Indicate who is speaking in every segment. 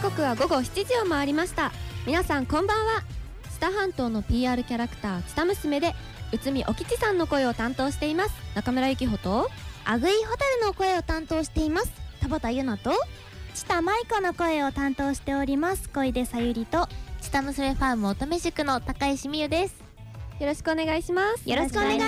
Speaker 1: 刻は午後7時を回りました皆さんこんばんは知多半島の PR キャラクター知多娘で内海お吉さんの声を担当しています中村ゆきほと
Speaker 2: あぐいホタルの声を担当しています田畑優奈と知多舞子の声を担当しております小出さゆりと知多娘ファーム乙女塾の高石美優です
Speaker 1: よろしくお願いします
Speaker 2: よろしくお願いし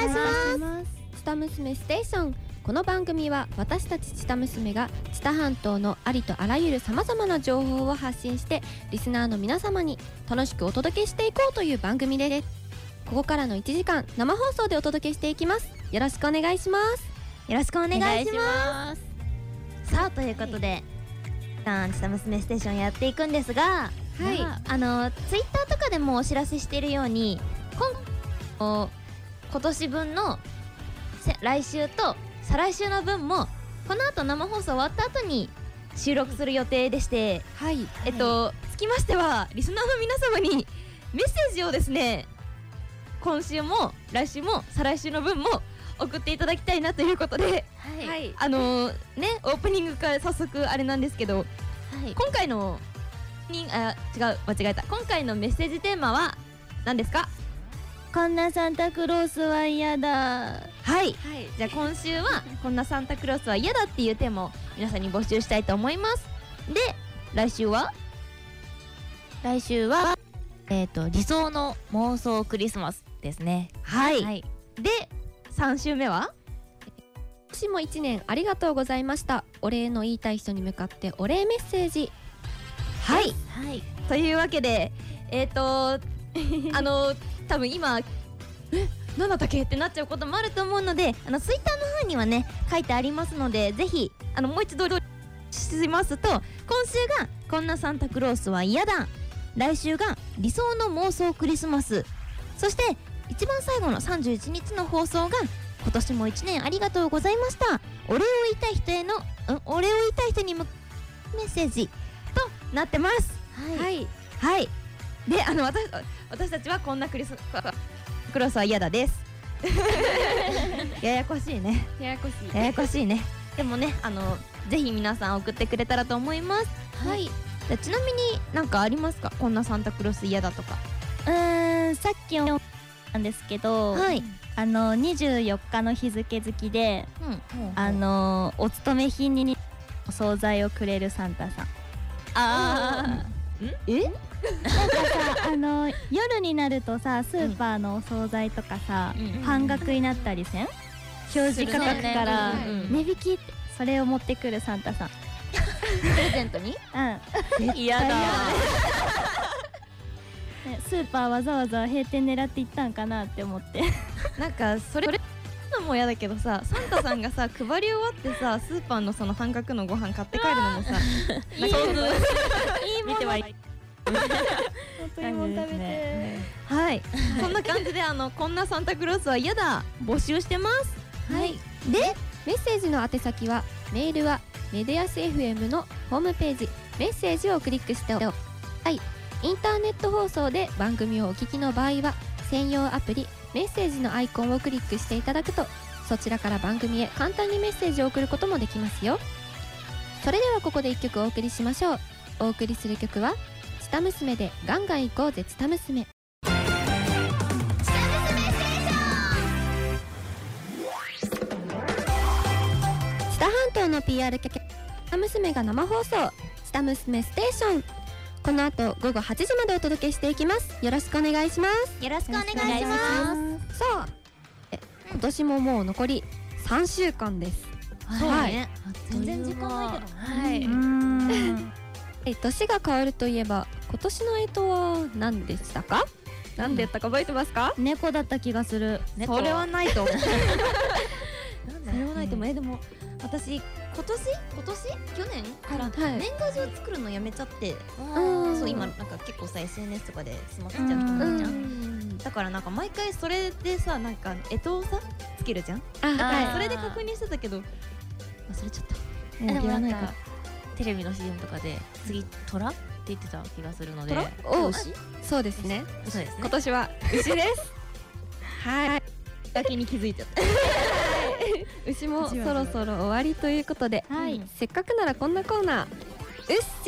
Speaker 2: ます
Speaker 1: 知多娘ステーションこの番組は私たち知多娘が知多半島のありとあらゆるさまざまな情報を発信してリスナーの皆様に楽しくお届けしていこうという番組ですここからの1時間生放送でお届けしていきますよろしくお願いします
Speaker 2: よろしくお願いしますさあということで、はい、知多娘ステーションやっていくんですがはいあのツイッターとかでもお知らせしているように今今年分の来週と再来週の分もこの後生放送終わった後に収録する予定でして、はい、えっと、はい、つきましてはリスナーの皆様にメッセージをですね今週も来週も再来週の分も送っていただきたいなということで、はい、あのー、ねオープニングから早速あれなんですけど、はい、今回のにあ違う間違えた今回のメッセージテーマは何ですか
Speaker 3: こんなサンタクロースは嫌だ
Speaker 2: はい、はい、じゃあ今週は「こんなサンタクロースは嫌だ」っていうテーマを皆さんに募集したいと思いますで来週は
Speaker 4: 来週はえっ、ー、と理想の妄想クリスマスですね
Speaker 2: はい、はい、で3週目は
Speaker 1: 今年も1年ありがとうございましたお礼の言いたい人に向かってお礼メッセージ
Speaker 2: はい、はい、というわけでえっ、ー、 とあの多分今え何だったっけってなっちゃうこともあると思うのであのツイッターの方にはね書いてありますのでぜひあのもう一度しますと今週が「こんなサンタクロースは嫌だ」来週が「理想の妄想クリスマス」そして一番最後の31日の放送が「今年も1年ありがとうございました」「お礼を言いたい人への、うん、お礼を言いたい人にメッセージ」となってます。はい、はい、であの私私たちはこんなクリスクロスは嫌だ ですややこしいね
Speaker 1: ややこしい
Speaker 2: ややこしいねでもねあのぜひ皆さん送ってくれたらと思いますはい、はい、ちなみになんかありますかこんなサンタクロス嫌だとか
Speaker 3: うんさっきなんですけど、はい、あの24日の日付付きで、うん、あのお勤め品にお惣菜をくれるサンタさん
Speaker 2: ああ
Speaker 3: えなんかさあの夜になるとさスーパーのお惣菜とかさ、うん、半額になったりせん、うん、表示価格から値引きってそれを持ってくるサンタさん
Speaker 2: プレゼントに
Speaker 3: うん
Speaker 2: 嫌だ
Speaker 3: スーパーわざわざ閉店狙っていったんかなって思って
Speaker 2: なんかそれのも嫌だけどさサンタさんが さ配り終わってさスーパーのその半額のご飯買って帰るのも さ
Speaker 3: 想像いい もの見てはいい
Speaker 2: ね、はい、そんな感じであのこんなサンタクロースは嫌だ募集してます
Speaker 1: はいでメッセージの宛先はメールはメディアス FM のホームページメッセージをクリックしておはいインターネット放送で番組をお聞きの場合は専用アプリメッセージのアイコンをクリックしていただくとそちらから番組へ簡単にメッセージを送ることもできますよそれではここで1曲お送りしましょうお送りする曲は「ちた娘でガンガン行こうぜちた娘」知多半島の PR キャキャ「ちた娘」が生放送「ちた娘ステーション」この後午後8時までお届けしていきますよろしくお願いします
Speaker 2: よろしくお願いします
Speaker 1: さあえ今年ももう残り3週間です
Speaker 2: はい、ね、
Speaker 3: 全然時間ない
Speaker 2: けどはい
Speaker 1: 年が変わるといえば今年の干支は何でしたか何でやったか覚えてますか、
Speaker 3: うん、猫だった気がする
Speaker 2: それは ないと思うそれはないと思うえでも私今年今年去年から年賀状作るのやめちゃって、はい、そう今なんか結構さ SNS とかで済ませちゃう人もいじゃんだからなんか毎回それでさなんか干支をさつけるじゃんあ、それで確認してたけど忘れちゃった
Speaker 4: もうやらないかテレビの CM とかで次虎って言ってた気がするので
Speaker 1: 牛そうですね
Speaker 4: そうですね
Speaker 1: 今年は牛ですはい
Speaker 2: だけに気づいちゃった
Speaker 1: 牛もそろそろ終わりということで、はい、せっかくならこんなコーナー「うっ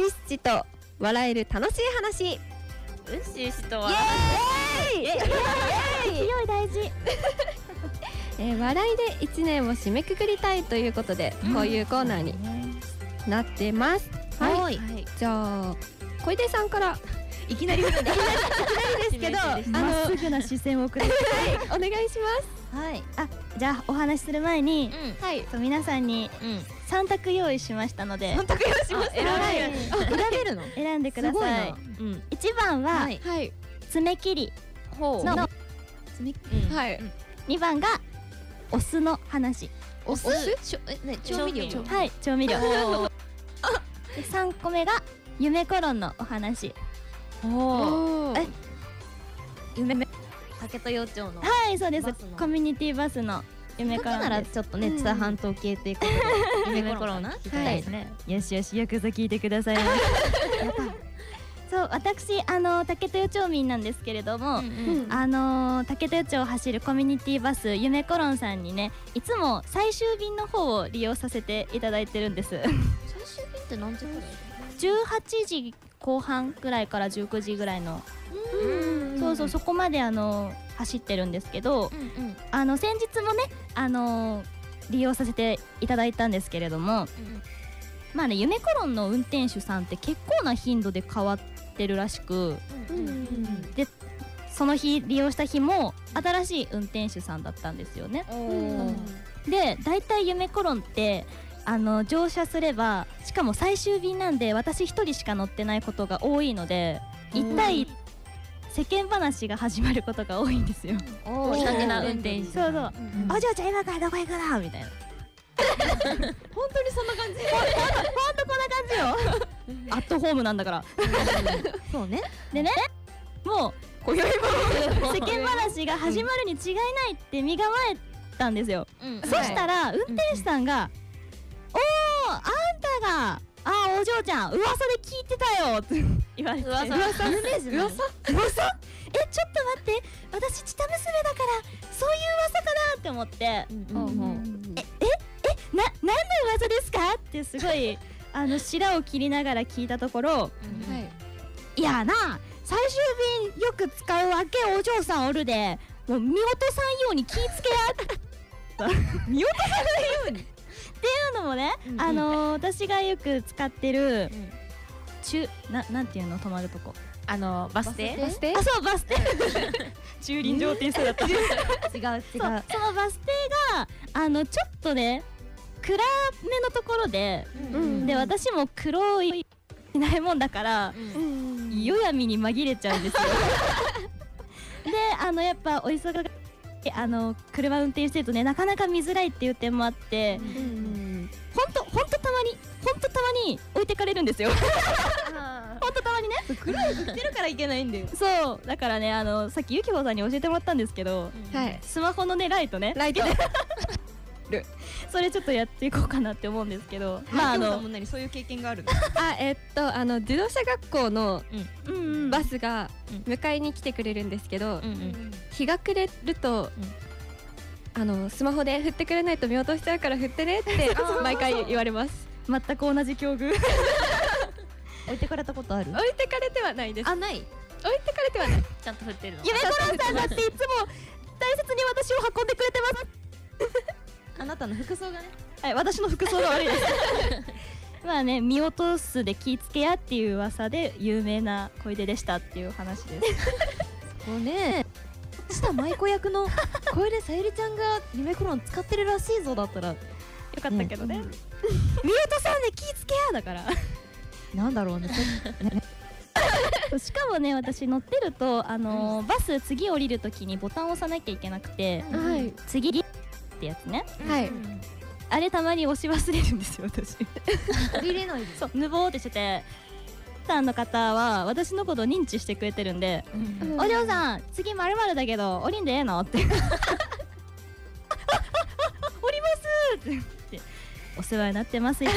Speaker 1: しっちと笑える楽しい話
Speaker 5: ウッシュ氏とは
Speaker 1: イエーイ
Speaker 3: 勢い大事
Speaker 1: えー笑いで1年を締めくくりたいということで、こういうコーナーになってますはい、
Speaker 6: はい
Speaker 5: い
Speaker 1: じゃあ小出さんから
Speaker 5: いきなり振るんだいきなりですけど
Speaker 1: あの
Speaker 3: まっすぐな視線をくれる
Speaker 1: お願いしま
Speaker 6: はい
Speaker 3: あじゃあお話しする前に、
Speaker 1: すはい
Speaker 3: と皆さんに
Speaker 5: うんうん
Speaker 3: 3択用意しましたので
Speaker 1: 本当用しました
Speaker 3: は
Speaker 1: はいい
Speaker 5: 選べるの
Speaker 3: 選んでください
Speaker 5: うん
Speaker 3: 1番は
Speaker 5: はい
Speaker 1: はい
Speaker 3: 爪切り
Speaker 5: ほ
Speaker 3: の
Speaker 5: うん
Speaker 1: はい
Speaker 3: 2番がお酢の話
Speaker 1: お
Speaker 5: 酢
Speaker 1: しょえね
Speaker 5: 調味料
Speaker 3: はい調味料で3個目が夢コロンのお話
Speaker 5: ほう
Speaker 1: おー
Speaker 5: 夢竹と幼鳥の
Speaker 3: はいそうです
Speaker 5: バスの
Speaker 3: コミュニティバスの夢コロン
Speaker 6: なら
Speaker 3: で
Speaker 6: ちょっとね津田半島系ということで夢コロナ聞きたいですね
Speaker 3: すよしよしよくぞ聞いてく ださいそう私あの竹豊町民なんですけれども、
Speaker 1: うん
Speaker 3: あのー竹豊町を走るコミュニティバス夢コロンさんにねいつも最終便の方を利用させていただいてるんです
Speaker 6: 最終便って何時から
Speaker 3: 18時後半ぐらいから19時ぐらいの、そうそうそこまであのー走ってるんですけど、あの先日もねあのー利用させていただいたんですけれども、まあね夢コロンの運転手さんって結構な頻度で変わってるらしく
Speaker 1: うん
Speaker 3: その日利用した日も新しい運転手さんだったんですよね。で大体夢コロンってあの乗車すればしかも最終便なんで私一人しか乗ってないことが多いので一対世間話が始まることが多いんですよ。
Speaker 5: お気立てな運転手
Speaker 3: そうそう
Speaker 5: うん
Speaker 3: お嬢ちゃん今からどこ行くのみたいな
Speaker 1: 本当にそんな感じ
Speaker 3: アットホームなんだから
Speaker 6: そうね
Speaker 3: でねも
Speaker 1: 今宵
Speaker 3: う世間話が始まるに違いないって身構えたんですよ、
Speaker 5: うん
Speaker 3: そしたら運転手さんが「おーあんたがあーお嬢ちゃん噂で聞いてたよ」って言われて
Speaker 5: 噂
Speaker 3: 噂
Speaker 6: 有名人なの
Speaker 3: 噂えちょっと待って私チタ娘だからそういう噂かなって思って
Speaker 1: え
Speaker 3: 「な何の噂ですか?」ってすごいあの白を切りながら聞いたところ
Speaker 1: はい
Speaker 3: いやな最終便よく使うわけお嬢さんおるでもう見落とさんように気ぃつけや見落とさないようにっていうのもね、
Speaker 5: うん
Speaker 3: あのー私がよく使ってる
Speaker 5: うん
Speaker 3: 中ななんていうの泊まるとこ
Speaker 5: あのバス停
Speaker 1: そして
Speaker 3: あそうバス停駐輪場って言いそうだった そう
Speaker 6: 違う違
Speaker 3: その
Speaker 6: う
Speaker 3: バス停があのちょっとね暗めのところで、
Speaker 1: うん
Speaker 3: で私も黒いいないもんだから、
Speaker 1: うん
Speaker 3: 夜闇に紛れちゃうん ですよであのやっぱお忙があの車運転してるとねなかなか見づらいっていう点もあって
Speaker 1: うん
Speaker 3: ほんとほんとたまにほんとたまに置いてかれるんですよ ほんとたまにね
Speaker 6: 出るからいけないんだよ
Speaker 3: そうだからねあのさっきゆきほさんに教えてもらったんですけど
Speaker 1: はい
Speaker 3: スマホのねライトね
Speaker 1: ライト
Speaker 3: それちょっとやっていこうかなって思うんですけど、まああの
Speaker 6: 何そういう経験がある
Speaker 1: あえっとあの自動車学校の
Speaker 3: うんうん
Speaker 1: バスが迎えに来てくれるんですけど
Speaker 5: うんうん
Speaker 1: 日が暮れるとあのスマホで振ってくれないと見落としちゃうから振って ねって毎回言われます
Speaker 3: 全く同じ境遇
Speaker 6: 置いてかれたことある
Speaker 1: 置いてかれてはないです
Speaker 6: あない
Speaker 1: 置いてかれてはない
Speaker 5: ちゃんと振ってるの
Speaker 3: 夢コロンさんだっていつも大切に私を運んでくれてます
Speaker 6: あなたの服装がね
Speaker 3: はい、私の服装が悪いですまあね見落とすで気ぃつけやっていう噂で有名な小出でしたっていう話です
Speaker 6: もうね下舞子役の小出さゆりちゃんが夢コロン使ってるらしいぞだったら
Speaker 3: よかったけどね、見落とさんで気ぃつけやだから
Speaker 6: なんだろうね
Speaker 3: しかもね私乗ってるとあのーバス次降りるときにボタンを押さなきゃいけなくて
Speaker 1: はい
Speaker 3: 次ってやつね
Speaker 1: はい
Speaker 3: あれたまに押し忘れるんですよ私
Speaker 6: 降りれないです
Speaker 3: そうぬぼーってしててさんの方は私のことを認知してくれてるんで
Speaker 1: うん
Speaker 3: お嬢さん次まるまるだけど降りんでええのって ああああ降りますってってお世話になってますい つも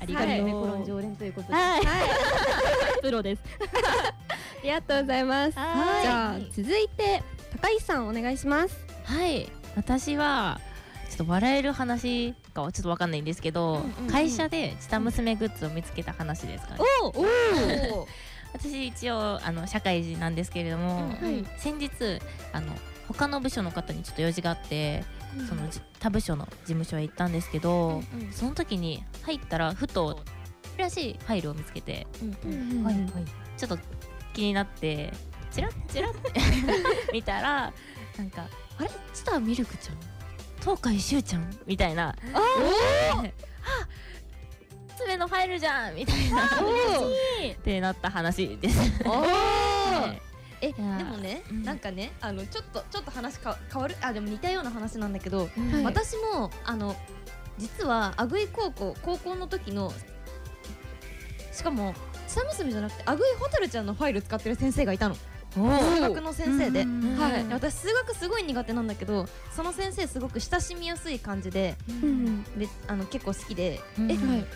Speaker 3: ありがとう、
Speaker 6: 夢コロン常連ということで
Speaker 3: は
Speaker 1: は
Speaker 3: い
Speaker 1: い
Speaker 3: プロです
Speaker 1: ありがとうございますじ
Speaker 3: は
Speaker 1: ゃあ続いて高井さんお願いします
Speaker 5: はい私は
Speaker 3: ちょっと笑える話かはちょっとわかんないんですけど、会社で下娘グッズを見つけた話ですかね。
Speaker 1: おおお
Speaker 3: 私一応あの社会人なんですけれども、
Speaker 1: はい
Speaker 3: 先日あの他の部署の方にちょっと用事があって、そのじ他部署の事務所へ行ったんですけど、その時に入ったらふとらしいファイルを見つけて、
Speaker 5: はい
Speaker 3: ちょっと気になってチラッチラッって 見たらなんか「あれスターミルクちゃん東海しゅうちゃん?」みたいな「おー あ爪のファイルじゃん!」み たいなってなった話です。はい
Speaker 2: え
Speaker 3: いやー
Speaker 2: でもね、
Speaker 3: うん
Speaker 2: なんかねあのちょっとちょっと話か変わるあでも似たような話なんだけど、
Speaker 5: はい
Speaker 2: 私もあの実は阿久井高校高校の時のしかも下娘じゃなくて阿久井ホタルちゃんのファイル使ってる先生がいたの数学の先生で、
Speaker 7: うん
Speaker 2: はい、私数学すごい苦手なんだけどその先生すごく親しみやすい感じで
Speaker 7: うん
Speaker 2: であの結構好きで、
Speaker 3: うん
Speaker 2: え、
Speaker 3: はい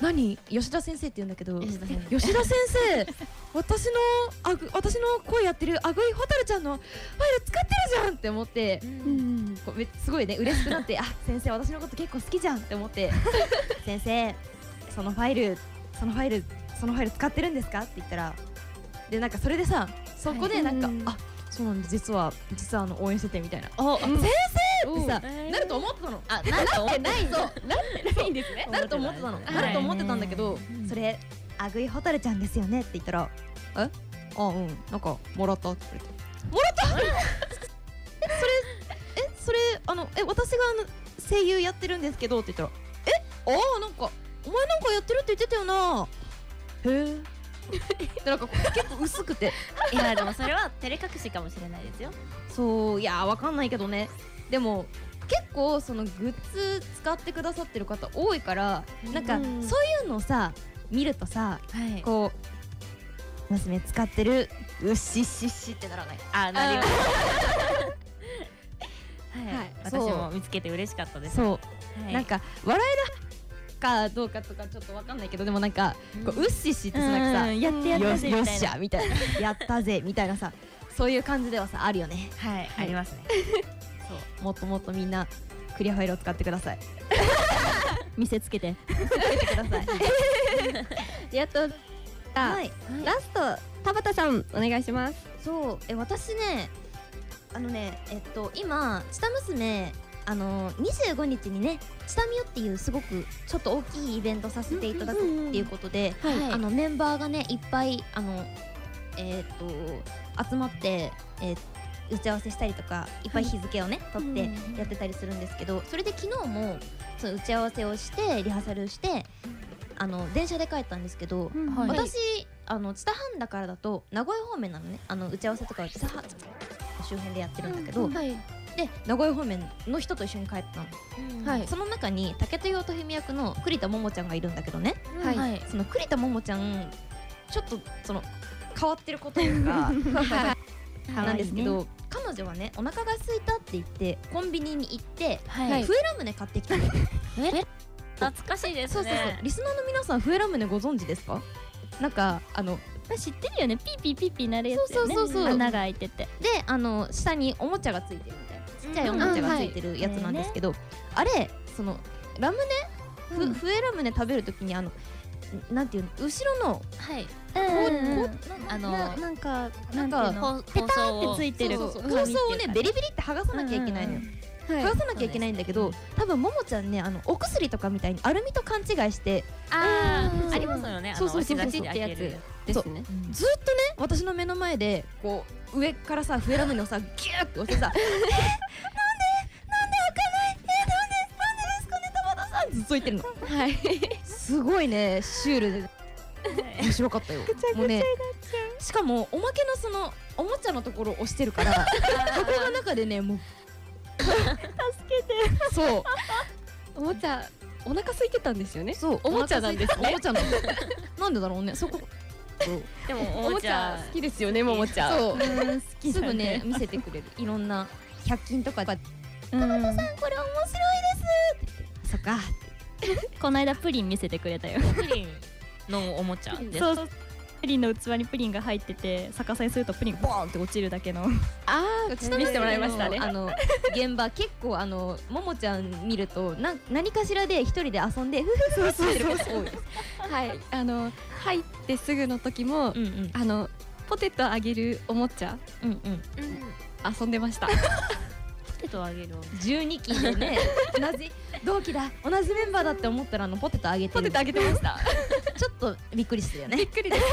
Speaker 2: 何吉田先生って言うんだけど
Speaker 3: 吉田先
Speaker 2: 吉田先 生私のあぐ私の声やってるあぐいほたるちゃんのファイル使ってるじゃんって思って
Speaker 7: うん
Speaker 2: こうめすごいね嬉しくなって あ先生私のこと結構好きじゃんって思って 先生そのファイルそのファイルそのファイル使ってるんですかって言ったらでなんかそれでさそこでなんか、
Speaker 7: うん
Speaker 2: あそうなんです実は実はあの応援しててみたいな
Speaker 3: お
Speaker 2: ってさ
Speaker 3: うん
Speaker 2: なると思ってたの
Speaker 3: あなんか思ってないぞ
Speaker 2: ないんですねなると思ってたの
Speaker 3: 思ってない
Speaker 2: なると思ってたんだけど
Speaker 3: い
Speaker 2: それあぐいほたるちゃんですよねって言ったらえあうんなんかもらったって言われてもらった えそれえそれあのえ私があの声優やってるんですけどって言ったらえああなんかお前なんかやってるって言ってたよなへえなんか結構薄くて
Speaker 3: いやでもそれは照れ隠しかもしれないですよ。
Speaker 2: そういやーわかんないけどねでも結構そのグッズ使ってくださってる方多いから、なんか
Speaker 7: う
Speaker 2: そうんいうのをさ見るとさ
Speaker 3: はい。
Speaker 2: こう娘使ってるうっしっしっしってならない
Speaker 3: あなりますはい、
Speaker 2: はい
Speaker 3: 私
Speaker 2: そう
Speaker 3: も見つけて嬉しかったです。
Speaker 2: そう、
Speaker 3: はい
Speaker 2: なんか笑えるかどうかとかちょっとわかんないけどでもなんかこううっしっしってなんかさ、
Speaker 7: やってやっ
Speaker 2: よ
Speaker 7: た
Speaker 2: し
Speaker 7: ぜ
Speaker 2: よっ
Speaker 7: みたい
Speaker 2: し
Speaker 7: な
Speaker 2: ゃみたいなやったぜみたいなさそういう感じではさあるよね
Speaker 3: はい、ありますね。
Speaker 2: そうもっともっとみんなクリアファイルを使ってください
Speaker 7: 見せつけて
Speaker 2: 使ってくださ い
Speaker 5: やっとあ
Speaker 2: はい
Speaker 5: ラスト田畑さんお願いします
Speaker 2: そうえ私ねあのねえっと今
Speaker 1: 「下娘」あの25日にね「下見よ」っていうすごくちょっと大きいイベントさせていただくっていうことで、
Speaker 3: はい
Speaker 1: あのメンバーがねいっぱいあのえーっと集まって、えー打ち合わせしたりとかいっぱい日付をね、取ってやってたりするんですけどそれで昨日もその打ち合わせをしてリハーサルしてあの電車で帰ったんですけど、
Speaker 3: はい
Speaker 1: 私あの知多半だからだと名古屋方面なのねあの打ち合わせとかは知多半周辺でやってるんだけど、
Speaker 5: はい
Speaker 1: で名古屋方面の人と一緒に帰ったの、
Speaker 5: はい
Speaker 1: その中に竹戸洋と文役の栗田桃ちゃんがいるんだけどね
Speaker 5: はい
Speaker 3: は
Speaker 1: その栗田桃ちゃんちょっとその変わってることというかなんですけど、彼女はねお腹が空いたって言ってコンビニに行って、
Speaker 3: はい。
Speaker 1: 笛ラムネ買って きたの、
Speaker 3: 懐かしいで
Speaker 2: そ
Speaker 3: すね。
Speaker 2: うそうそうリスナーの皆さん笛ラムネご存知ですかなんかあの
Speaker 7: まあ知ってるよねピーピーピーピーなるやつよね
Speaker 2: そうそうそうそう
Speaker 7: 穴が開いてて
Speaker 2: であの下におもちゃがついてるみたいなちっちゃいおもちゃがついてるやつなんですけど、あれそのラムネ、ふ笛ラムネ食べるときにあのんなんていうの後ろの
Speaker 3: はい。
Speaker 2: こうこ
Speaker 3: あの
Speaker 7: ななんかなん
Speaker 2: なん
Speaker 7: か
Speaker 2: か
Speaker 3: 放放送を
Speaker 7: ついてる
Speaker 2: そうそうそう
Speaker 7: 紙
Speaker 2: 構
Speaker 7: っていう
Speaker 2: 想をね
Speaker 7: か
Speaker 2: ベリベリって剥がさなきゃいけないのよ、
Speaker 5: はい
Speaker 2: 剥がさなきゃいけないんだけど、多分ももちゃんねあのお薬とかみたいにアルミと勘違いして
Speaker 3: あ
Speaker 5: うん
Speaker 3: ーありますよね。
Speaker 2: そうそうそう
Speaker 3: あの押し出しで開ける
Speaker 5: ですね
Speaker 2: ずっとね私の目の前でこう上からさ笛ラムネをさギューって押してさ「えなんでなんで開かないえなんでなんでですかね田畑さん」ずっと言ってるの
Speaker 5: はい
Speaker 2: すごいねシュールで面白かったよもうねしかもおまけのそのおもちゃのところを押してるからそこの中でねもう助けてそう
Speaker 5: おもちゃお腹空いてたんですよね
Speaker 2: そう
Speaker 5: おもちゃなんですね
Speaker 2: おもちゃなんだなんでだろうねそこ
Speaker 3: でもおもちゃ
Speaker 5: 好きですよねももちゃ
Speaker 2: そう
Speaker 7: うん好き
Speaker 2: す
Speaker 7: だ
Speaker 2: ぐね見せてくれるいろんな百均とかで
Speaker 7: うん
Speaker 2: これ面白いですそっか
Speaker 7: この間プリン見せてくれたよ
Speaker 3: プリンのおもちゃです。
Speaker 7: そう
Speaker 3: プリンの器にプリンが入ってて逆さにするとプリンがボーンって落ちるだけの
Speaker 2: ああ
Speaker 5: ちなみに見せてもらいましたね
Speaker 2: あの現場結構あのももちゃん見るとな何かしらで一人で遊んでふふふってること多いです
Speaker 8: はいあの入ってすぐの時も、
Speaker 5: うんうん
Speaker 8: あのポテトあげるおもちゃ
Speaker 5: うんうん
Speaker 8: 遊んでました
Speaker 5: ポテトをあげる
Speaker 2: 12期で ね同じ同期だ同じメンバーだって思ったらあのポテトあげてる
Speaker 8: ポテトあげてました
Speaker 2: ちょっとびっくりするよ
Speaker 8: び
Speaker 2: ね
Speaker 8: っくりですね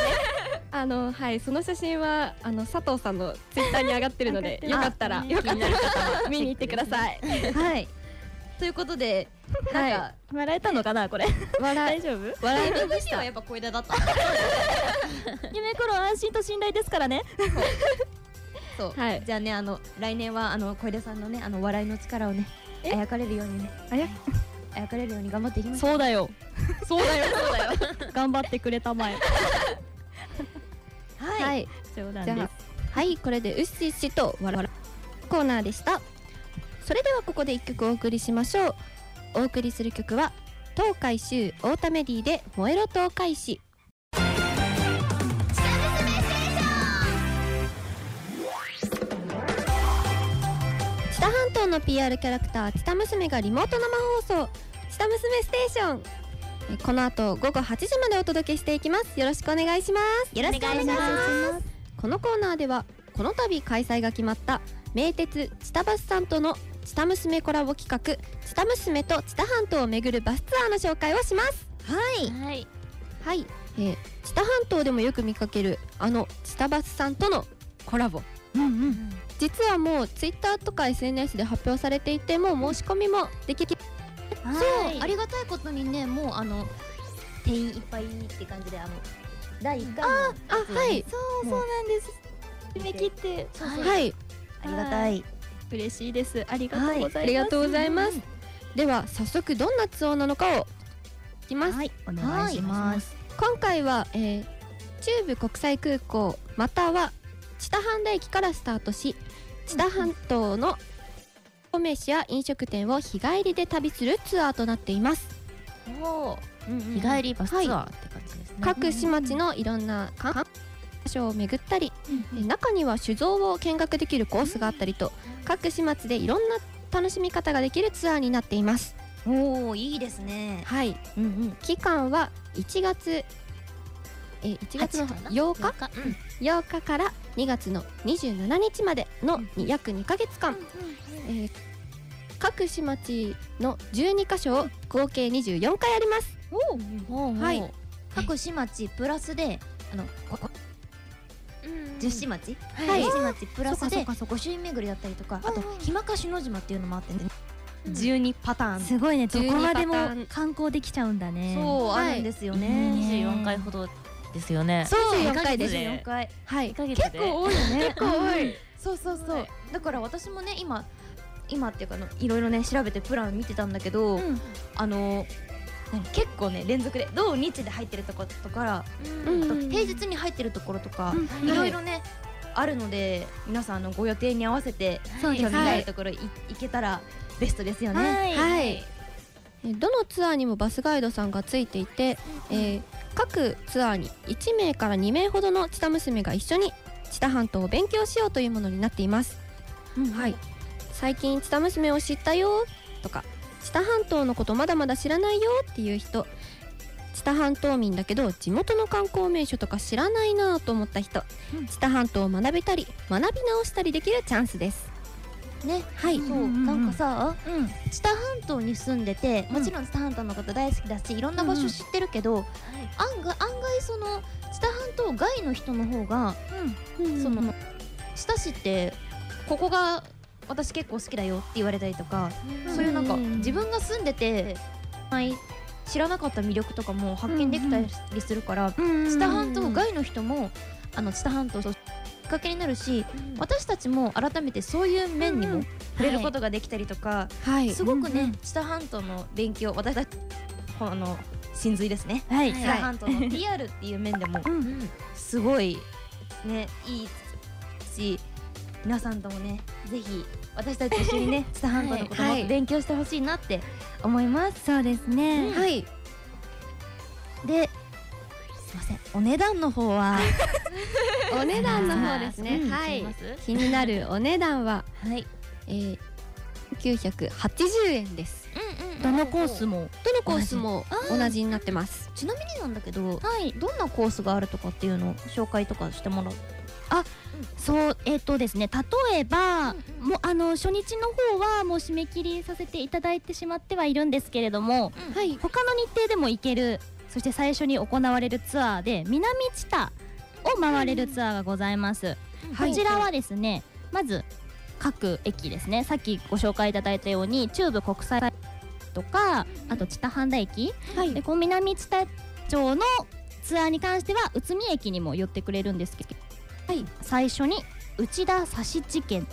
Speaker 8: あのはいその写真はあの佐藤さんのツイッターに上がってるのでよかったらよかったら見に行ってください
Speaker 2: はいということでなんか
Speaker 3: 笑えたのかなこれ
Speaker 2: 笑
Speaker 3: 大丈夫
Speaker 2: い笑い目としてはやっぱ小枝 だった
Speaker 3: 夢コロン安心と信頼ですからね
Speaker 2: そう、
Speaker 8: はい
Speaker 2: じゃあねあの来年はあの小出さんのねあの笑いの力をねあやかれるようにね
Speaker 3: あや
Speaker 2: あやかれるように頑張っていきましょう
Speaker 3: そうだよそうだよそうだよ頑張ってくれたまえ
Speaker 2: はい、
Speaker 1: はい
Speaker 3: 冗談
Speaker 1: じゃ
Speaker 3: で
Speaker 1: あはいこれでうっしっしとわらわらコーナーでしたそれではここで一曲お送りしましょうお送りする曲は東海州太田メディで燃えろ東海市知多半島の PR キャラクター知多娘がリモート生放送知多娘ステーションえこの後午後8時までお届けしていきますよろしくお願いしますよろしくお願いしますこのコーナーではこの度開催が決まった名鉄知多バスさんとの知多娘コラボ企画知多娘と知多半島を巡るバスツアーの紹介をしますはい
Speaker 5: はい
Speaker 1: はい、えー、知多半島でもよく見かけるあの知多バスさんとのコラボ実はもうツイッターとか SNS で発表されていてもう申し込みもできき
Speaker 6: そうありがたいことにねもうあの店員いっぱいって感じであの第1回の
Speaker 1: あはい
Speaker 6: そうそうなんです締め切ってそうそう
Speaker 1: はい
Speaker 2: ありがたい
Speaker 3: 嬉しいですありがとうござ
Speaker 1: あ
Speaker 3: い
Speaker 1: り
Speaker 3: ま
Speaker 1: がとうございますでは早速どんなツアーなのかをいきます
Speaker 3: すはいお願いします
Speaker 1: 今回は、えー中部国際空港または知多半田駅からスタートし知多半島のお飯や飲食店を日帰りで旅するツアーとなっています、
Speaker 5: 日帰りバスツアーって感じですね
Speaker 1: 各市町のいろんな観光場所を巡ったり、えー中には酒造を見学できるコースがあったりと各市町でいろんな楽しみ方ができるツアーになっています
Speaker 6: おおいいですね
Speaker 1: はい
Speaker 5: うんうん
Speaker 1: 期間は1月えー1月の
Speaker 5: 8
Speaker 1: 8日
Speaker 5: か
Speaker 1: 8日から2月の27日までの約2ヶ月間、えー各市町の12カ所を合計24回ありますはい
Speaker 6: 各市町プラスであの十市町
Speaker 1: はい
Speaker 6: 十市町プラス
Speaker 1: そ
Speaker 6: で
Speaker 1: うか
Speaker 6: 御朱印巡りだったりとかあと日間かしの島っていうのもあってね
Speaker 2: 12パターン
Speaker 3: すごいねどこまでも
Speaker 1: 12パターン
Speaker 3: 観光できちゃうんだね
Speaker 2: そう、
Speaker 1: はい
Speaker 2: あるんですよ
Speaker 5: 二
Speaker 2: ね
Speaker 5: 十四回ほどですよね
Speaker 1: そう
Speaker 5: 二
Speaker 1: 24
Speaker 5: ヶ
Speaker 1: 回
Speaker 5: 月
Speaker 1: です
Speaker 5: で
Speaker 2: 4回
Speaker 1: はい
Speaker 5: 二ヶ月
Speaker 2: 結
Speaker 5: で
Speaker 2: 構多いよね結
Speaker 1: 構多い
Speaker 2: そうそうそうだから私もね今今っていうかあのいろいろね調べてプラン見てたんだけど、
Speaker 6: ん
Speaker 2: あの何結構ね連続で土日で入ってるとことから、
Speaker 1: うん
Speaker 2: あと平日に入ってるところとか、
Speaker 1: うん
Speaker 2: いろいろねあるので皆さんあのご予定に合わせて興味ないところい行けたらベストですよね。
Speaker 3: はい
Speaker 1: はいえーどのツアーにもバスガイドさんがついていて、えー各ツアーに1名から2名ほどの知多娘が一緒に知多半島を勉強しようというものになっています、はい、最近知多娘を知ったよとか知多半島のことまだまだ知らないよっていう人知多半島民だけど地元の観光名所とか知らないなぁと思った人、知多半島を学べたり学び直したりできるチャンスです
Speaker 6: ね
Speaker 1: はい、
Speaker 6: そう、なんかさ、知多半島に住んでてもちろん知多半島のこと大好きだしいろんな場所知ってるけど、案外案外その知多半島外の人の方が、その
Speaker 2: 親しってここが私結構好きだよって言われたりとか、そういうなんか自分が住んでて、はい知らなかった魅力とかも発見できたりするから、知多半島外の人もあの知多半島をきっかけになるし、私たちも改めてそういう面にも触れることができたりとか、
Speaker 1: はい
Speaker 2: すごくね、知多半島の勉強私たちほあの真髄ですね、
Speaker 3: はい
Speaker 2: 知多半島の PR っていう面でもすごいねいいし皆さんともねぜひ私たちと一緒にね 知多半島のこともっと勉強してほしいなって思います。
Speaker 3: そうですね
Speaker 1: はい
Speaker 2: で、すいませんお値段の方は
Speaker 1: お値段の方ですね。
Speaker 2: うん
Speaker 1: はい
Speaker 5: ま。す
Speaker 1: 気になるお値段は、
Speaker 2: はい
Speaker 1: えー、980円です。
Speaker 3: どのコースも
Speaker 1: どのコースも
Speaker 2: 同じ
Speaker 1: 同じになってます。
Speaker 2: ちなみになんだけど、どんなコースがあるとかっていうのを紹介とかしてもらう
Speaker 3: そうえっ、とですね例えば、もうあの初日の方はもう締め切りさせていただいてしまってはいるんですけれども、
Speaker 1: はい。
Speaker 3: 他の日程でも行けるそして最初に行われるツアーで南知多を回れるツアーがございます、
Speaker 1: はい
Speaker 3: こちらはですねまず各駅ですねさっきご紹介いただいたように中部国際とかあと知多半田駅、
Speaker 1: はい
Speaker 3: でこう南知多町のツアーに関しては内海駅にも寄ってくれるんですけど、
Speaker 1: はい
Speaker 3: 最初に内田差し地券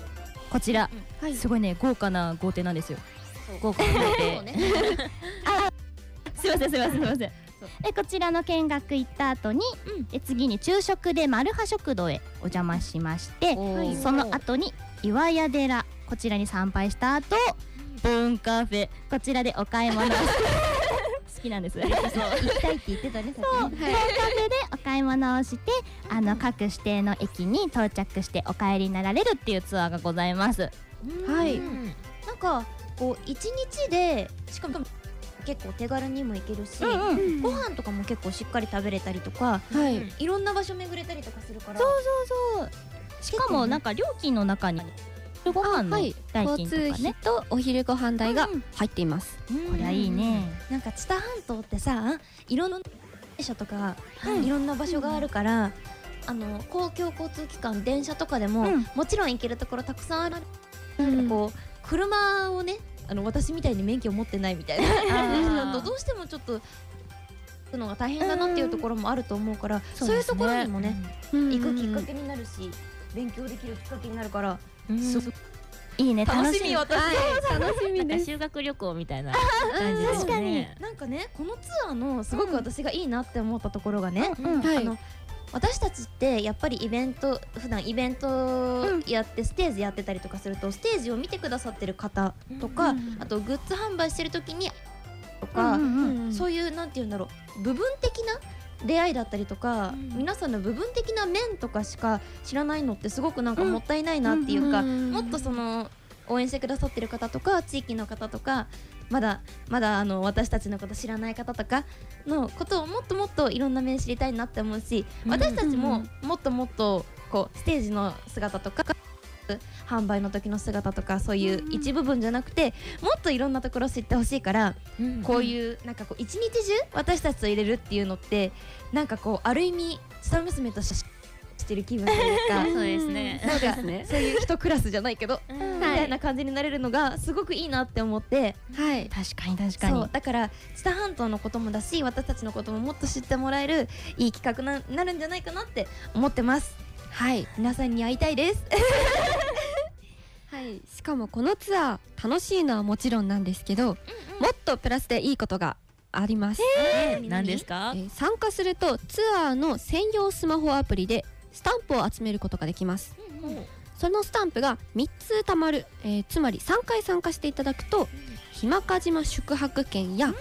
Speaker 3: こちら、
Speaker 1: はい
Speaker 3: すごいね豪華な豪邸なんですよ豪華な豪 邸 すいませんすいませんすいませんでこちらの見学行った後に、で次に昼食でマルハ食堂へお邪魔しまして
Speaker 1: はい
Speaker 3: その後に岩屋寺こちらに参拝した後文カフェこちらでお買い物を好きなんです
Speaker 2: 行きたいって言ってたねさっき
Speaker 1: はい
Speaker 3: カフェでお買い物をしてあの各指定の駅に到着してお帰りになられるっていうツアーがございます
Speaker 1: はい
Speaker 2: うんなんかこう一日でしかも結構手軽にも行けるし、ご飯とかも結構しっかり食べれたりとか
Speaker 1: はい。
Speaker 2: いろんな場所巡れたりとかするから
Speaker 3: そうそうしかもなんか料金の中にご飯の
Speaker 1: は
Speaker 3: 代
Speaker 1: い。
Speaker 3: 金
Speaker 1: 交
Speaker 3: とか
Speaker 1: 通
Speaker 3: ね、
Speaker 1: 費とお昼ご飯代が入っています。
Speaker 3: こりゃいいね
Speaker 2: なんか知多半島ってさいろんな電車とか、いろんな場所があるから、あの公共交通機関電車とかでも、
Speaker 3: うん
Speaker 2: もちろん行けるところたくさんある、
Speaker 1: うん
Speaker 2: こう車をねあの私みたいに免許を持ってないみたいなだとどうしてもちょっと行くのが大変だなっていうところもあると思うから、そういうところにもね、
Speaker 1: 行
Speaker 2: 行くきっかけになるし勉強できるきっかけになるから、
Speaker 3: いいね
Speaker 2: 楽しみ私、
Speaker 1: 楽しみ
Speaker 5: なん
Speaker 1: で
Speaker 5: か
Speaker 1: す。
Speaker 5: 修学旅行みたいな感じですね。
Speaker 2: なんかねこのツアーのすごく私がいいなって思ったところがね、
Speaker 3: うん
Speaker 1: は
Speaker 2: あ
Speaker 1: い
Speaker 2: の。私たちってやっぱりイベント普段イベントやってステージやってたりとかすると、ステージを見てくださってる方とか、あとグッズ販売してる時にとか、そういうなんて言うんだろう部分的な出会いだったりとか、皆さんの部分的な面とかしか知らないのってすごくなんかもったいないなっていうか、もっとその応援してくださってる方とか地域の方とかまだまだあの私たちのこと知らない方とかのことをもっともっといろんな面知りたいなって思うし私たちももっともっとこうステージの姿とか販売の時の姿とかそういう一部分じゃなくてもっといろんなところ知ってほしいからこういうなんかこう一日中私たちと入れるっていうのってなんかこうある意味下娘としてしてる気分というか
Speaker 5: そうですね。
Speaker 2: なんか そういう一クラスじゃないけどみたいな感じになれるのがすごくいいなって思って、
Speaker 1: はい。
Speaker 3: 確かに確か
Speaker 2: そ
Speaker 3: に
Speaker 2: うだから知多半島のこともだし私たちのことももっと知ってもらえるいい企画ななるんじゃないかなって思ってます
Speaker 1: はい。
Speaker 2: 皆さんに会いたいです
Speaker 1: はい、しかもこのツアー楽しいのはもちろんなんですけど、もっとプラスでいいことがあります、
Speaker 5: 何ですか
Speaker 1: え？ー参加するとツアーの専用スマホアプリでスタンプを集めることができます、そのスタンプが3つ貯まる、えーつまり3回参加していただくと日間賀島宿泊券や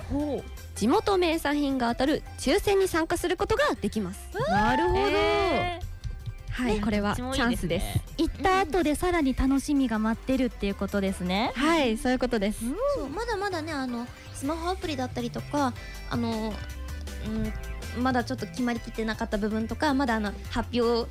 Speaker 1: 地元名産品が当たる抽選に参加することができます
Speaker 3: なるほど、
Speaker 5: え
Speaker 1: はい、これはチ
Speaker 5: ー
Speaker 1: ャンスです。
Speaker 3: 行った後でさらに楽しみが待ってるっていうことですね
Speaker 1: はいそういうことです、
Speaker 2: そうまだまだねあのスマホアプリだったりとかあの、うん、まだちょっと決まりきってなかった部分とかまだあの発表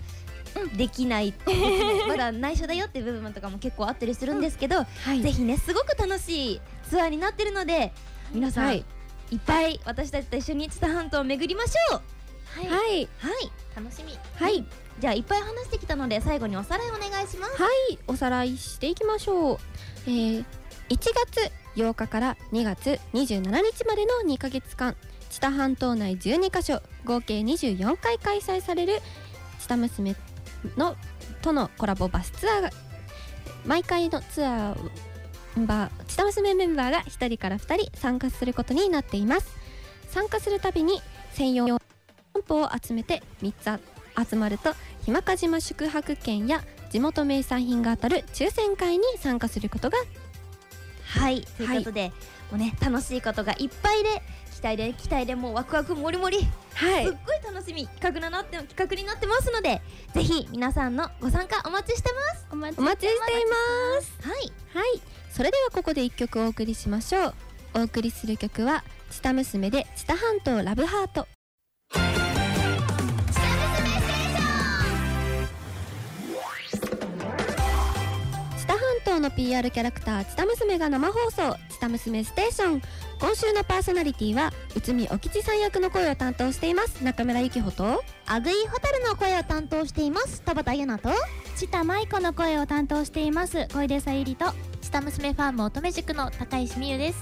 Speaker 2: できない、 まだ内緒だよっていう部分とかも結構あったりするんですけど、
Speaker 1: はい
Speaker 2: ぜひねすごく楽しいツアーになってるので皆さん、
Speaker 1: はいい、
Speaker 2: っぱい私たちと一緒に知多半島を巡りましょう
Speaker 1: はい
Speaker 2: はい
Speaker 5: 楽しみ。
Speaker 1: はい
Speaker 2: じゃあいっぱい話してきたので最後におさらいお願いします
Speaker 1: おさらいしていきましょう、えー1月8日から2月27日までの2ヶ月間知多半島内12カ所合計24回開催される知多娘のとのコラボバスツアーが毎回のツアーをメンバー知多娘メンバーが1人から2人参加することになっています参加するたびに専用のンプを集めて3つあ集まるとひまかじま宿泊券や地元名産品が当たる抽選会に参加することが
Speaker 2: はいということで、もうね楽しいことがいっぱいできっ
Speaker 6: 期待で期待でもうワクワクもりもり、
Speaker 8: は
Speaker 6: すっごい楽しみ企画になって企画になってますのでぜひ皆さんのご参加お待ちしてま
Speaker 3: お待
Speaker 1: お待ちしています
Speaker 6: すはい
Speaker 1: はいそれではここで一曲お送りしましょうお送りする曲は「チタ娘」で「チタ半島ラブハート」知多半島の PR キャラクター「チタ娘」が生放送「チタ娘ステーション」今週のパーソナリティは内海お吉さん役の声を担当しています中村ゆきほと
Speaker 6: アグイホタルの声を担当しています田畑優奈と
Speaker 3: 知多舞子の声を担当しています小出さゆりと
Speaker 6: 下娘ファーム乙女塾の高石美優です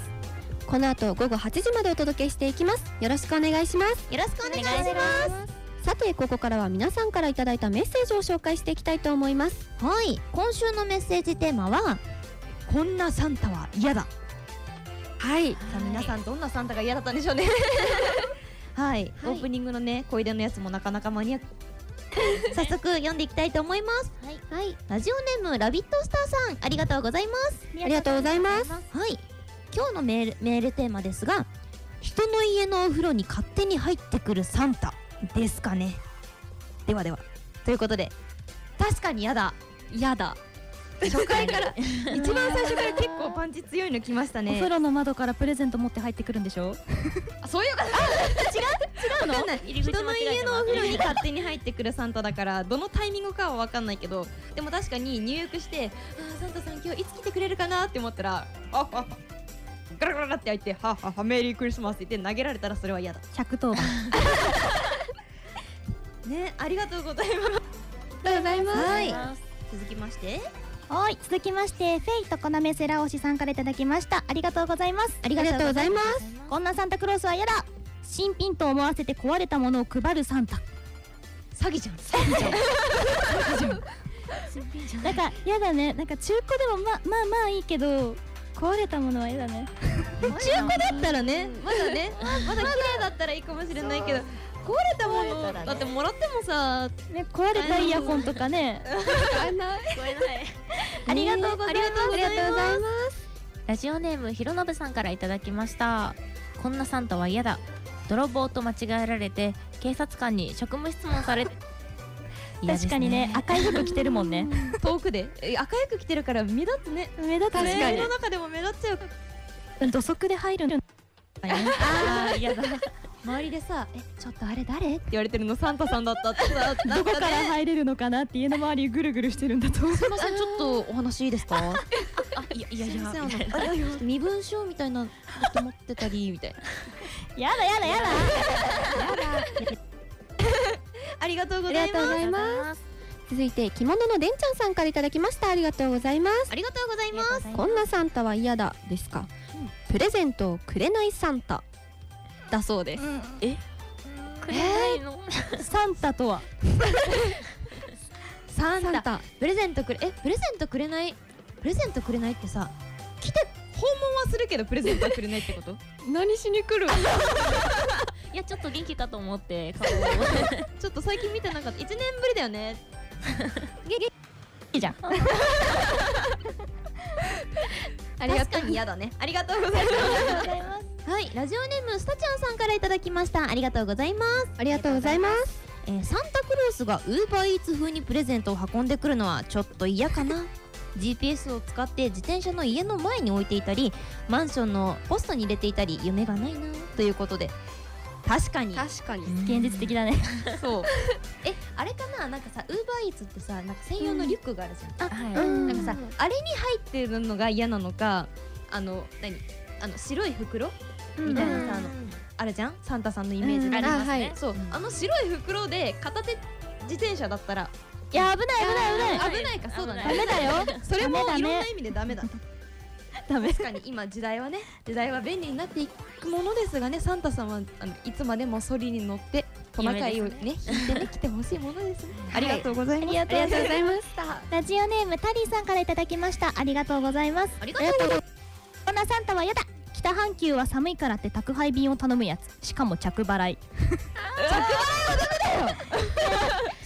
Speaker 1: この後午後8時までお届けしていきますよろしくお願いします
Speaker 6: よろしくお願いします
Speaker 1: さてここからは皆さんからいただいたメッセージを紹介していきたいと思います
Speaker 6: はい今週のメッセージテーマは
Speaker 2: こんなサンタは嫌ださ
Speaker 1: はい
Speaker 2: あ皆さんどんなサンタが嫌だったん でしょうね
Speaker 1: は
Speaker 2: はい、
Speaker 1: い
Speaker 2: オープニングのね小出のやつもなかなかマニアック
Speaker 6: 早速読んでいきたいと思います、はい、
Speaker 1: はい
Speaker 6: ラジオネームラビットスターさんありがとうございます
Speaker 1: ありがとうございます
Speaker 6: はい今日のメールメールテーマですが人の家のお風呂に勝手に入ってくるサンタ
Speaker 2: ですかねではではということで確かに嫌 だ
Speaker 8: 嫌だ
Speaker 2: 初回から一番最初から結構パンチ強いのきました
Speaker 3: お風
Speaker 2: ね
Speaker 3: 呂の窓からプレゼント持って入ってくるんでしょ
Speaker 2: あそういうこと違う違うの分かんない
Speaker 5: 入り口
Speaker 2: 人
Speaker 5: 間
Speaker 2: の
Speaker 5: 違え
Speaker 2: 家
Speaker 5: たな
Speaker 2: のお風呂に勝手に入ってくるサンタだからどのタイミングかは分かんないけどでも確かに入浴して「あーサンタさん今日いつ来てくれるかな?」って思ったら「あっあっガラガラガラって開いて「はっはっはメリークリスマス」って言って投げられたらそれは嫌だ
Speaker 3: 110番
Speaker 2: ねありがとうございます
Speaker 1: ありがとうございます
Speaker 6: はい
Speaker 2: 続きまして
Speaker 3: はい続きましてフェイとコナメセラオシさんからいただきましたありがとうございます
Speaker 1: ありがとうございます
Speaker 3: こんなサンタクロースは嫌だ新品と思わせて壊れたものを配るサンタ
Speaker 2: 詐欺じゃん
Speaker 3: なんか嫌だねなんか中古でもままあまあいいけど壊れたものは嫌だね
Speaker 2: 中古だったらね、まだね、まだ綺麗だったらいいかもしれないけど、壊れたもの、だってもらってもさ、
Speaker 3: ね壊れたイヤホンとかね
Speaker 6: ありがとうございます、ありがとうございま
Speaker 5: ラジオネームひろのぶさんからいただきましたこんなサンタは嫌だ泥棒と間違えられて警察官に職務質問され 嫌です
Speaker 3: 確かにね赤い服着てるもんね
Speaker 2: 遠くで、え赤い服着てるから目立つね。
Speaker 3: 目立つ
Speaker 2: ね
Speaker 3: ね
Speaker 2: 家の中でも目立っちゃう。
Speaker 3: うん土足で入るの
Speaker 5: あー 嫌だ
Speaker 2: 周りでさ、え、ちょっとあれ誰って言われてるのサンタさんだったって さ、
Speaker 3: どこから入れるのかなって家の周りぐるぐるしてるんだと思う
Speaker 2: すみません、ちょっとお話いいですか。
Speaker 5: あいやいやいやみたいな
Speaker 2: あ身分証みたいなのと思ってたりみ たいな。
Speaker 3: やだやだやだ
Speaker 2: ありがとうご
Speaker 1: ありが
Speaker 2: ざい
Speaker 1: とう
Speaker 2: ま
Speaker 1: ございます続いて着物のでんちゃんさんからいただきましたありがとうございます
Speaker 2: す。ありがとうございます。
Speaker 1: こんなサンタは嫌だですか、プレゼントをくれないサンタだそうです
Speaker 5: くれないの、
Speaker 3: サンタとは
Speaker 2: サン
Speaker 1: サン
Speaker 2: タ、
Speaker 1: タ
Speaker 2: プレゼントくれ、え、プレゼントくれない、プレゼントくれないってさ、来て訪問はするけどプレゼントはくれないってこと？
Speaker 8: 何しに来る
Speaker 5: いやちょっと元気かと思って顔を
Speaker 2: ちょっと最近見てなかった。一年ぶりだよね。
Speaker 3: いいじゃん
Speaker 2: 確かに嫌だね。ありがとうございます。
Speaker 6: はいラジオネームスタちゃんさんからいただきましたありがとうございます、
Speaker 1: ありがとうございます
Speaker 6: えーサンタクロースがウーバーイーツ風にプレゼントを運んでくるのはちょっと嫌かな GPS を使って自転車の家の前に置いていたりマンションのポストに入れていたり夢がないな
Speaker 2: ということで、確かに。
Speaker 8: 確かに
Speaker 3: 現実的だね
Speaker 2: そう。 え、あれかな、なんかさ、ウーバーイーツってさ、なんか専用のリュックがあるじゃん。
Speaker 5: は
Speaker 2: なんかさ、あれに入ってるのが嫌なのか、あの、何、あの白い袋みたいなさ、あの、あるじゃん、サンタさんのイメージで。
Speaker 5: い、ありますね、
Speaker 1: はい
Speaker 2: そう、あの白い袋で片手自転車だったら
Speaker 3: いや危ない危ない危ない
Speaker 2: 危ないかそうだね
Speaker 3: ダメだよ
Speaker 2: それも
Speaker 3: ダメ
Speaker 2: いろん
Speaker 3: だ
Speaker 2: な
Speaker 3: ね
Speaker 2: 意味でダメだ。ダメ確かに今時代はね時代は便利になっていくものですがねサンタさんはあのいつまでもソリに乗ってトナカイをね引いてね来てほしいものですね、ありがとうございます
Speaker 3: ありがとうございます
Speaker 2: した
Speaker 3: ラジオネームタリーさんからいただきましたありがとうございます
Speaker 2: ありが
Speaker 1: ありがとうござい
Speaker 3: こんなサンタはやだ北半球は寒いからって宅配便を頼むやつしかも着払い着払いはダメだよ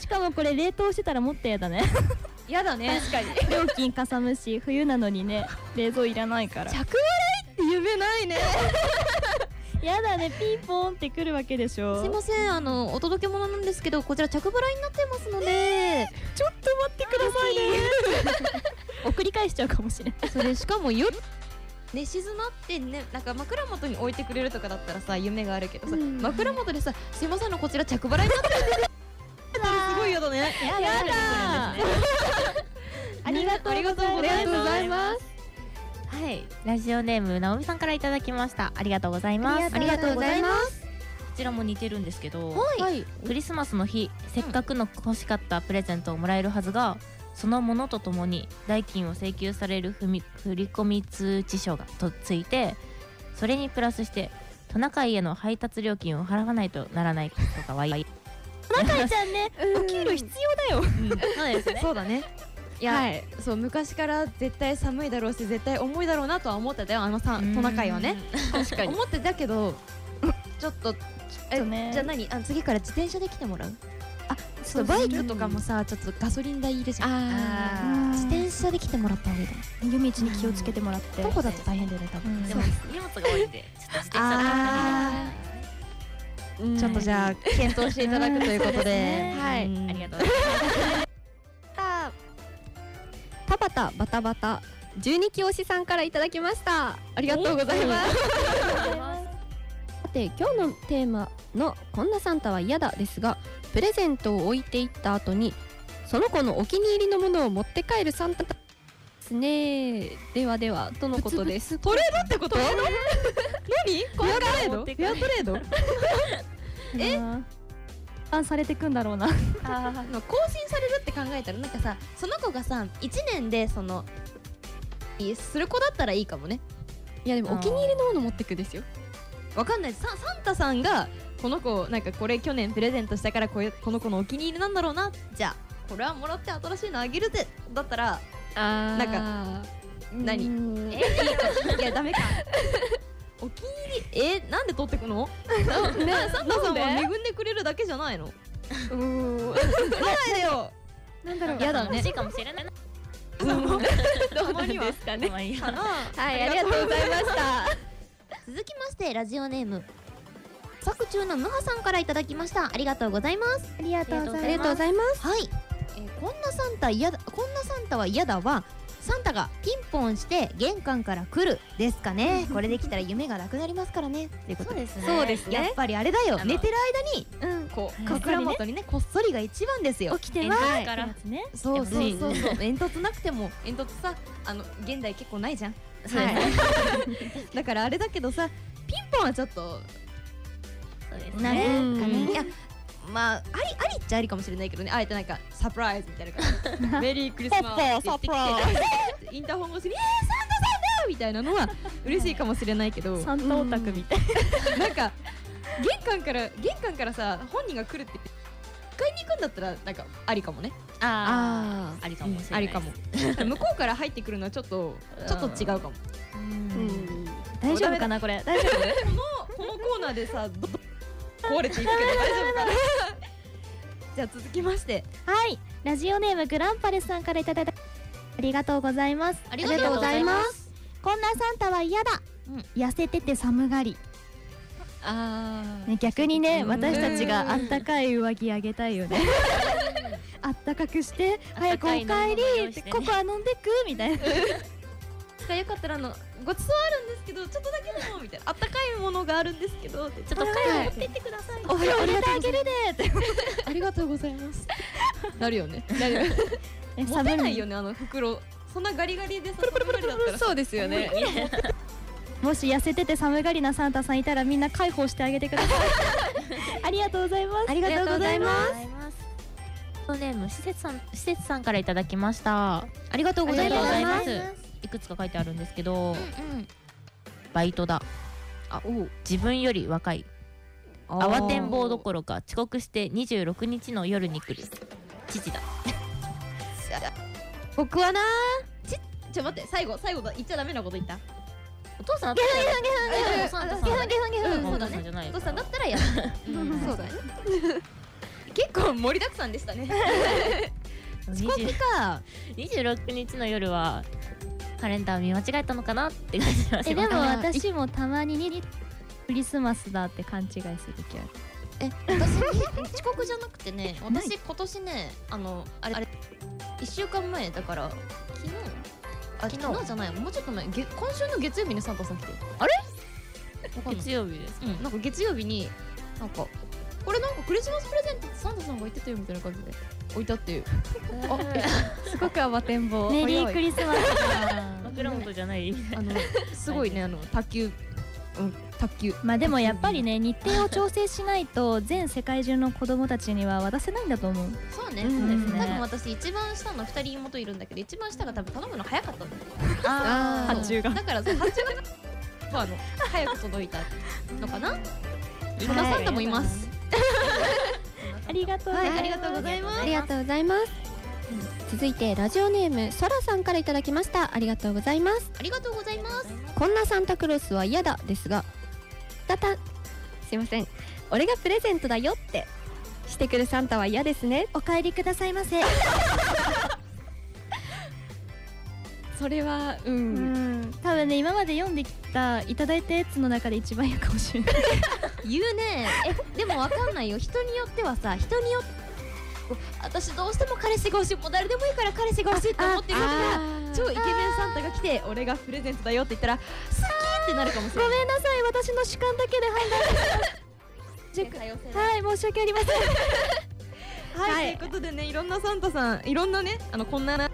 Speaker 3: しかもこれ冷凍してたらもっとやだね
Speaker 2: やだね確かに
Speaker 3: 料金かさむし冬なのにね冷蔵いらないから
Speaker 2: 着笑いって夢ないね
Speaker 3: やだねピンポンってくるわけでしょ
Speaker 6: すいませんあのお届け物なんですけどこちら着払いになってますので、
Speaker 3: ちょっと待ってくださいね送り返しちゃうかもしれない
Speaker 2: それしかも夜寝静まってねなんか枕元に置いてくれるとかだったらさ夢があるけどさ、
Speaker 1: うん
Speaker 2: 枕元でさ「すいませんあのこちら着払いになってるんです」すごいよだね
Speaker 6: やだ
Speaker 2: ありがとう
Speaker 1: ありがとうございます
Speaker 5: はい、ラジオネームなおみさんからいただきました。ありがとうございます。
Speaker 1: ありがとうございます
Speaker 5: こちらも似てるんですけど、
Speaker 1: はい
Speaker 5: クリスマスの日、せっかくの欲しかったプレゼントをもらえるはずが、そのものとともに代金を請求されるふみ振り込み通知書がとついて、それにプラスしてトナカイへの配達料金を払わないとならないことがわい。
Speaker 3: トナカイ ちゃんねお給料必要だよ
Speaker 5: そうですね。
Speaker 2: そうだねいや、そう昔から絶対寒いだろうし絶対重いだろうなとは思ってたよあのさトナカイはね
Speaker 8: 確かに
Speaker 2: 思ってたけどちょっとえ
Speaker 3: とね
Speaker 2: じゃあ何あ次から自転車で来てもらうあちょっと
Speaker 3: そう
Speaker 2: バ
Speaker 3: そう
Speaker 2: イクとかもさちょっとガソリン代いるじゃん
Speaker 1: あ
Speaker 2: 自転車で来てもらった方がいいかも
Speaker 3: 夜道に気をつけてもらって
Speaker 2: 徒歩だと大変だよね多分
Speaker 5: でも荷物が多いんで、ちょっと自転車が
Speaker 2: あ
Speaker 1: ー
Speaker 2: ちょっとじゃあ検討していただくということで
Speaker 1: はい
Speaker 2: うん
Speaker 5: ありがとうございます。
Speaker 1: タバタバタバタ十二期推しさんからいただきましたありがとうございますさて今日のテーマの「こんなサンタは嫌だ」ですがプレゼントを置いていった後にその子のお気に入りのものを持って帰るサンタですねではではとのことですトレードってこと何これトレード
Speaker 5: フェアトレード
Speaker 3: えあされてくんだろうな
Speaker 2: あの更新されるって考えたらなんかさその子がさ1年でそのいする子だったらいいかもね
Speaker 1: いやでもお気に入りのもの持ってくですよ
Speaker 2: わかんないササンタさんがこの子なんかこれ去年プレゼントしたからこれこの子のお気に入りなんだろうなじゃあこれはもらって新しいのあげるぜだったら
Speaker 1: あ
Speaker 2: ー
Speaker 1: なんか
Speaker 2: 何
Speaker 1: 何
Speaker 2: いやダメかお気に入りえなんで取ってくのななサンタさんは恵んでくれるだけじゃないのないでよ
Speaker 1: なんだろう
Speaker 2: やだ
Speaker 5: 楽しいかもしれない。
Speaker 2: どうなんですかね
Speaker 5: まあいいや
Speaker 2: かな
Speaker 1: はいありがとうございました
Speaker 6: 続きましてラジオネーム作中のムハさんからいただきましたありがとうございます
Speaker 3: ありが
Speaker 6: とうござ
Speaker 1: ありがとうございます
Speaker 6: はい、えーこんなサンタ嫌だこんなサンタは嫌だはサンタがピンポンして玄関から来るですかねこれできたら夢がなくなりますからねということ
Speaker 5: そう
Speaker 6: で
Speaker 5: ですね。
Speaker 1: そうです
Speaker 6: や
Speaker 1: ね
Speaker 6: っぱりあれだよ
Speaker 5: あの
Speaker 6: 寝てる
Speaker 2: うんこう
Speaker 5: はい
Speaker 2: 枕元にねこっそりが一番ですよ
Speaker 3: 起きて
Speaker 5: 遠
Speaker 3: は
Speaker 5: 慮から
Speaker 3: ってやつね
Speaker 2: そうそううんそうそう煙突なくても煙突さあの現代結構ないじゃん
Speaker 5: そうですね。
Speaker 2: だからあれだけどさピンポンはちょっと
Speaker 5: そうです
Speaker 6: な
Speaker 5: ね。
Speaker 6: る
Speaker 1: うん
Speaker 6: かね
Speaker 2: いやまあありありっちゃありかもしれないけどねあえてなんかサプライズみたいな感じで メリークリスマスって言ってきてインターホン越しに「えー、サンタさんだ!」みたいなのは嬉しいかもしれないけど
Speaker 3: サンタオタクみたい
Speaker 2: なんか玄関から玄関からさ本人が来るって買いに行くんだったらなんかありかもね
Speaker 5: あ
Speaker 1: あ
Speaker 5: あ、ありかもしれない。
Speaker 2: ありかも。 向こうから入ってくるのはちょっとちょっと違うかも
Speaker 1: ーうん
Speaker 3: 大丈夫かなこれ大丈
Speaker 2: このコーナーでさど壊れていくけど大丈夫かな じゃあ続きまして
Speaker 3: 夫はいラジオネームグランパレスさんからいただいたありがとうございます
Speaker 2: あ
Speaker 1: ありがとうございます
Speaker 3: こんなサンタは嫌だ、
Speaker 2: うん
Speaker 3: 痩せてて寒がり、
Speaker 1: あー
Speaker 3: ね、逆にね
Speaker 1: うん
Speaker 3: 私たちがあったかい上着あげたいよねあったかくして早くお帰り
Speaker 5: あったかい飲み物用意してね
Speaker 3: ココア飲んでくみたいな
Speaker 2: がよかったらあのごちそうあるんですけどちょっとだけでもみたいなあったかいものがあるんですけどってちょっと
Speaker 1: はい
Speaker 2: ってってください
Speaker 3: お風呂入れてあげる
Speaker 2: ありがとうございますなるよねなるよね
Speaker 3: で
Speaker 2: 持てないよねあの袋そんなガリガリでさプルプルプルプルだったら
Speaker 1: そうですよね。
Speaker 3: もし痩せてて寒がりなサンタさんいたらみんな解放してあげてくださいありがとうございます
Speaker 1: ありがとうございます。
Speaker 5: す。ラジオネーム施設さん施設さんからいただきました。
Speaker 2: ありがとう
Speaker 1: ございます
Speaker 5: ありがとうございます。いくつか書いてあるんですけど、バイトだ。あ、自分より若い。慌てんぼうどころか遅刻して26日の夜に来る。父だ。
Speaker 2: 僕はなちちょ待って最後最後だ言っちゃダメなこと言った
Speaker 5: お父さんだったら。ゲハゲハゲハゲ
Speaker 2: うん
Speaker 5: お父さんじゃない。
Speaker 2: お父さんだったらや
Speaker 5: うん
Speaker 2: そうだね結構盛りだくさんでしたね
Speaker 5: 20
Speaker 2: か
Speaker 5: 26日の夜はカレンダー見間違えたのかなって感じがし
Speaker 3: え
Speaker 5: ま
Speaker 3: ですも私もたまににクリスマスだって勘違いする時ある
Speaker 6: え私ね 遅刻じゃなくてね私今年ねあのあれあれ1週間前だから昨日あ
Speaker 2: 昨日
Speaker 6: 昨日じゃないもうちょっと前げ今週の月曜日にサンタさん来てあれわかんない
Speaker 5: 月曜日です
Speaker 6: うん、なんか月曜日になんかこれなんかクリスマスプレゼントってサンタさんが言ってたよみたいな感じで置いた っていうあえ
Speaker 8: すごく慌てんぼう
Speaker 3: メリークリスマスだ
Speaker 5: 枕元じゃない
Speaker 6: あのすごいねあの卓球うん卓球
Speaker 3: まあでもやっぱりね日程を調整しないと全世界中の子供たちには渡せないんだと思う
Speaker 6: そうね、
Speaker 3: うん
Speaker 6: そうですね多分私一番下の二人妹いるんだけど一番下が多分頼むの早かったんだよ
Speaker 8: あー
Speaker 6: そう
Speaker 8: 発注が
Speaker 6: だからそう発注がまああの早く届いたのかな今サンタもいます
Speaker 3: ありがとう
Speaker 6: はいありがとうございます
Speaker 1: ありがとうございます。続いてラジオネームそらさんからいただきました。ありがとうございます。
Speaker 6: ありがとうございます
Speaker 1: こんなサンタクロースは嫌だですが、たたすいません。俺がプレゼントだよってしてくるサンタは嫌ですね。
Speaker 3: お帰りくださいませ
Speaker 8: それはう
Speaker 3: うんん多分ね今まで読んできたいただいたやつの中で一番嫌かもしれない
Speaker 6: 言うねえでもわかんないよ人によってはさ人によって私どうしても彼氏が欲しいもう誰でもいいから彼氏が欲しいって思ってるから
Speaker 2: 超イケメンサンタが来て俺がプレゼントだよって言ったら好きってなるかもしれない
Speaker 3: ごめんなさい私の主観だけで判断してはい申し訳ありません
Speaker 2: はい、ということでねいろんなサンタさんいろんなねあのこんななサ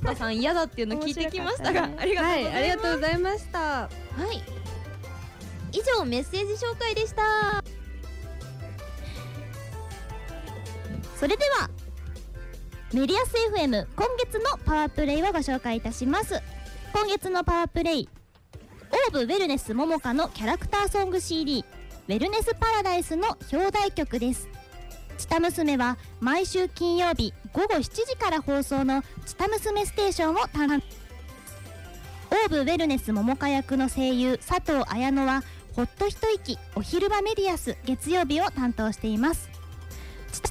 Speaker 2: ンタさん嫌だっていうの聞いてきましたがありがとうございます、
Speaker 8: とうございました
Speaker 6: はい以上メッセージ紹介でした
Speaker 3: それではメディアス FM 今月のパワープレイをご紹介いたします今月のパワープレイオーブウェルネスももかのキャラクターソング CD「ウェルネスパラダイス」の表題曲です「チタ娘」は毎週金曜日午後7時から放送の「チタ娘ステーション」を担当オーブウェルネスももか役の声優佐藤綾乃はほっと一息お昼場メディアス月曜日を担当していますチタ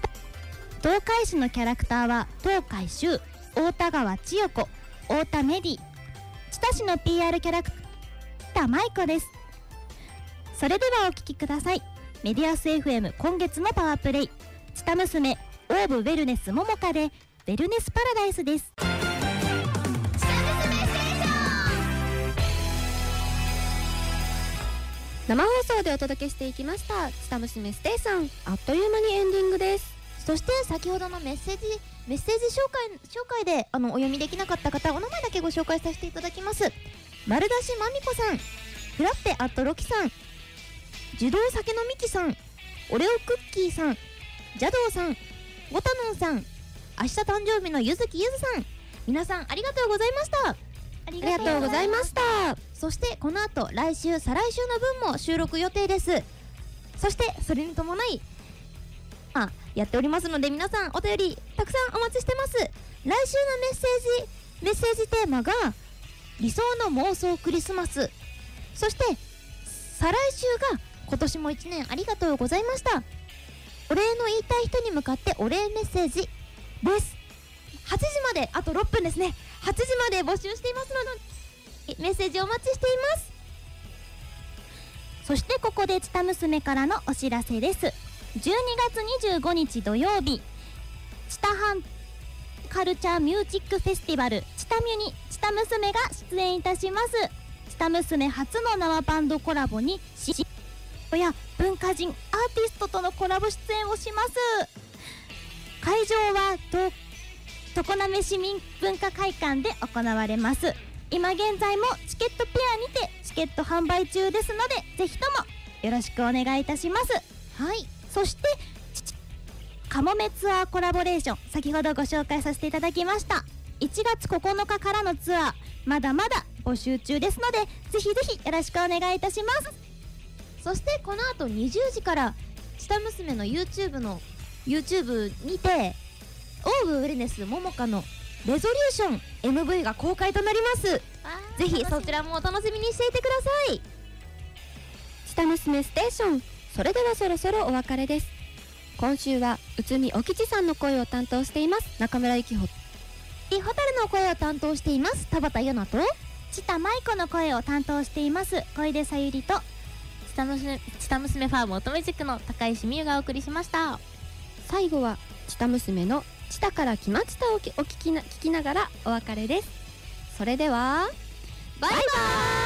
Speaker 3: 東海市のキャラクターは東海州太田川千代子太田メディ知多市の PR キャラクター舞子ですそれではお聞きくださいメディアス FM 今月のパワープレイ知多娘オーブウェルネスももかでウェルネスパラダイスです
Speaker 1: 生放送でお届けしていきました。チタ娘ステイさん、あっという間にエンディングです。
Speaker 6: そして先ほどのメッセージメッセージ紹介紹介であのお読みできなかった方お名前だけご紹介させていただきます丸出しまみこさんフラッペアットロキさん受動酒のみきさんオレオクッキーさんジャドウさんゴタノンさん明日誕生日のゆずきゆずさん皆さんありがとうございました
Speaker 3: あり
Speaker 1: ありがとうございました。
Speaker 6: そしてこの後来週再来週の分も収録予定ですそしてそれに伴いまあやっておりますので皆さんお便りたくさんお待ちしてます来週のメッセージメッセージテーマが理想の妄想クリスマスそして再来週が今年も1年ありがとうございましたお礼の言いたい人に向かってお礼メッセージです8時まであと6分ですね8時まで募集していますのでメッセージお待ちしています
Speaker 3: そしてここでチタ娘からのお知らせです12月25日土曜日チタハンカルチャーミュージックフェスティバルチタミュにチタ娘が出演いたしますチタ娘初の生バンドコラボにしや文化人アーティストとのコラボ出演をします会場はと常滑市民文化会館で行われます今現在もチケットペアにてチケット販売中ですのでぜひともよろしくお願いいたしますはいそしてちちカモメツアーコラボレーション先ほどご紹介させていただきました1月9日からのツアーまだまだ募集中ですのでぜひぜひよろしくお願いいたします
Speaker 6: そしてこの後20時からチタ娘の YouTube の YouTube にてオーブウェルネスももかのレゾリューション MV が公開となりますぜひそちらもお楽しみにしていてください
Speaker 1: 下娘ステーションそれではそろそろお別れです今週は内海お吉さんの声を担当しています中村ゆきほ
Speaker 6: ホタルの声を担当しています田畑ゆなと
Speaker 3: 知多舞子の声を担当しています小出さゆりと
Speaker 6: ス
Speaker 3: 下娘下娘ファーム乙女塾の高石美優がお送りしました
Speaker 1: 最後は「チタ娘のチタから来まチタ」をきお聞きな聞きながらお別れですそれでは
Speaker 3: バイバイ